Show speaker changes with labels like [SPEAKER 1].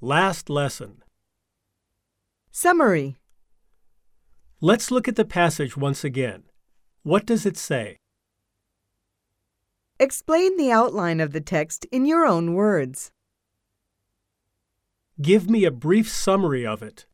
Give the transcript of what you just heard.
[SPEAKER 1] Last lesson.
[SPEAKER 2] Summary
[SPEAKER 1] Let's look at the passage once again. What does it say?
[SPEAKER 2] Explain the outline of the text in your own words.
[SPEAKER 1] Give me a brief summary of it.